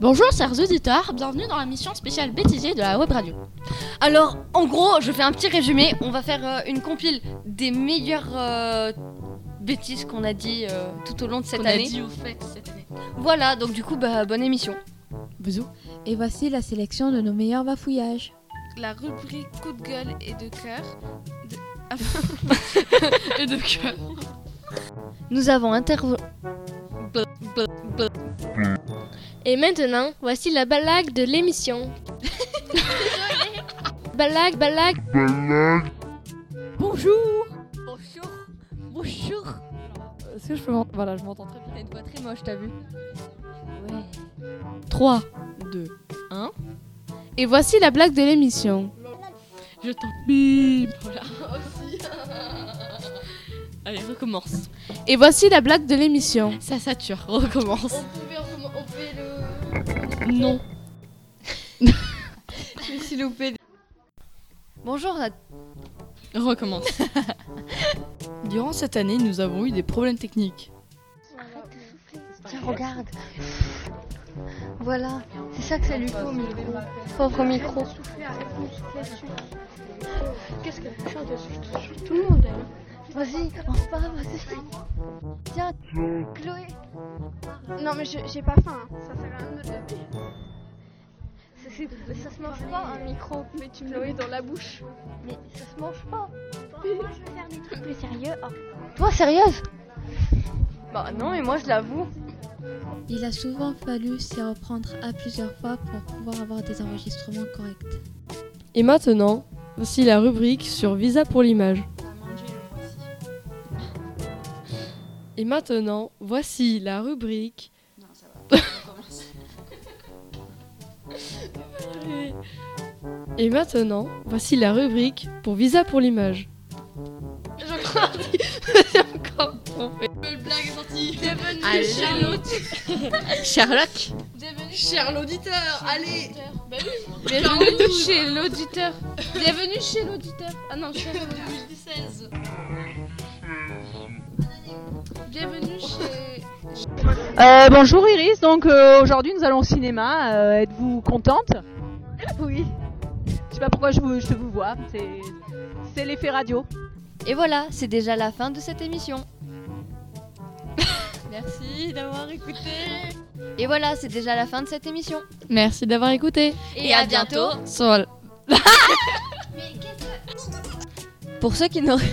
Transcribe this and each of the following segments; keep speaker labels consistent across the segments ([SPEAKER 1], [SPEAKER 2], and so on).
[SPEAKER 1] Bonjour chers auditeurs, bienvenue dans la mission spéciale bêtisier de la web radio.
[SPEAKER 2] Alors, en gros, je fais un petit résumé. On va faire euh, une compile des meilleures euh, bêtises qu'on a dit euh, tout au long de cette
[SPEAKER 1] Qu'on a
[SPEAKER 2] année.
[SPEAKER 1] dit au fait cette année.
[SPEAKER 2] Voilà, donc du coup, bah, bonne émission.
[SPEAKER 1] Bisous.
[SPEAKER 3] Et voici la sélection de nos meilleurs bafouillages.
[SPEAKER 4] la rubrique coup de gueule et de cœur.
[SPEAKER 1] Et de cœur.
[SPEAKER 2] Nous avons intervo...
[SPEAKER 5] Et maintenant, voici la balague de l'émission. balague, balague.
[SPEAKER 3] Bonjour
[SPEAKER 2] Bonjour. Bonjour.
[SPEAKER 3] Est-ce que je peux m'entendre Voilà, je m'entends très bien.
[SPEAKER 2] T'as une voix très moche, t'as vu
[SPEAKER 6] 3, 2, 1. Et voici la blague de l'émission.
[SPEAKER 1] Je t'en Voilà. Allez, recommence.
[SPEAKER 6] Et voici la blague de l'émission.
[SPEAKER 1] Ça sature, recommence.
[SPEAKER 6] Non.
[SPEAKER 2] Bonjour à
[SPEAKER 1] Recommence.
[SPEAKER 6] Durant cette année, nous avons eu des problèmes techniques.
[SPEAKER 7] Tiens, regarde. Voilà, c'est ça que ça lui faut au micro. Pauvre micro. Qu'est-ce que tu chante dessus Tout le monde. Vas-y, on repart, vas-y. Tiens, Chloé. Non, mais je- j'ai pas faim. hein. Ça sert à rien de le Ça se mange pas un micro. Mais tu me l'as dans la bouche. Mais ça se mange pas. Moi, je vais faire des trucs plus sérieux. Oh. Toi, sérieuse
[SPEAKER 2] Bah non, mais moi je l'avoue.
[SPEAKER 3] Il a souvent fallu s'y reprendre à plusieurs fois pour pouvoir avoir des enregistrements corrects.
[SPEAKER 8] Et maintenant, voici la rubrique sur Visa pour l'image. Et maintenant, voici la rubrique. Et maintenant, voici la rubrique pour Visa pour l'image.
[SPEAKER 1] Allez, Sherlock.
[SPEAKER 4] Cher l'auditeur, allez
[SPEAKER 6] Bienvenue chez l'auditeur. Bienvenue chez l'auditeur. Ah non, chez l'auditeur. Bienvenue chez.
[SPEAKER 9] Euh, bonjour Iris, donc euh, aujourd'hui nous allons au cinéma. Euh, Êtes-vous contente Oui. Je sais pas pourquoi je vous, je vous vois, c'est- c'est l'effet radio.
[SPEAKER 2] Et voilà, c'est déjà la fin de cette émission.
[SPEAKER 1] Merci d'avoir écouté.
[SPEAKER 2] Et voilà, c'est déjà la fin de cette émission.
[SPEAKER 6] Merci d'avoir écouté.
[SPEAKER 2] Et, à bientôt.
[SPEAKER 6] Sol.
[SPEAKER 2] Pour ceux qui n'auraient...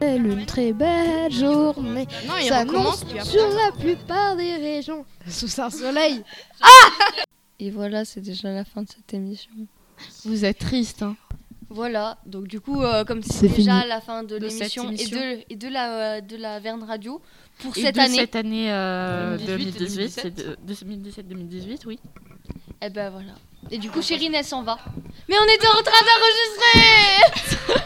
[SPEAKER 7] C'est une très belle journée.
[SPEAKER 1] Non, il
[SPEAKER 7] Ça
[SPEAKER 1] recommence. puis après-
[SPEAKER 7] Sur la plupart des régions.
[SPEAKER 6] Sous un soleil.
[SPEAKER 2] Et voilà, c'est déjà la fin de cette émission.
[SPEAKER 6] Vous êtes triste, hein.
[SPEAKER 2] Voilà, donc du coup, euh, comme
[SPEAKER 6] C'est
[SPEAKER 2] c'est déjà la fin de
[SPEAKER 1] De cette
[SPEAKER 2] l'émission et
[SPEAKER 1] émission.
[SPEAKER 2] de, et de la, euh, de la Verne Radio pour
[SPEAKER 10] Et
[SPEAKER 2] cette
[SPEAKER 10] de
[SPEAKER 2] année,
[SPEAKER 10] Cette année euh,
[SPEAKER 1] 2018,
[SPEAKER 10] 2018, c'est de- 2017-2018, oui.
[SPEAKER 2] eh et ben voilà. Et du coup, Chérine, elle s'en va. Mais on était en train d'enregistrer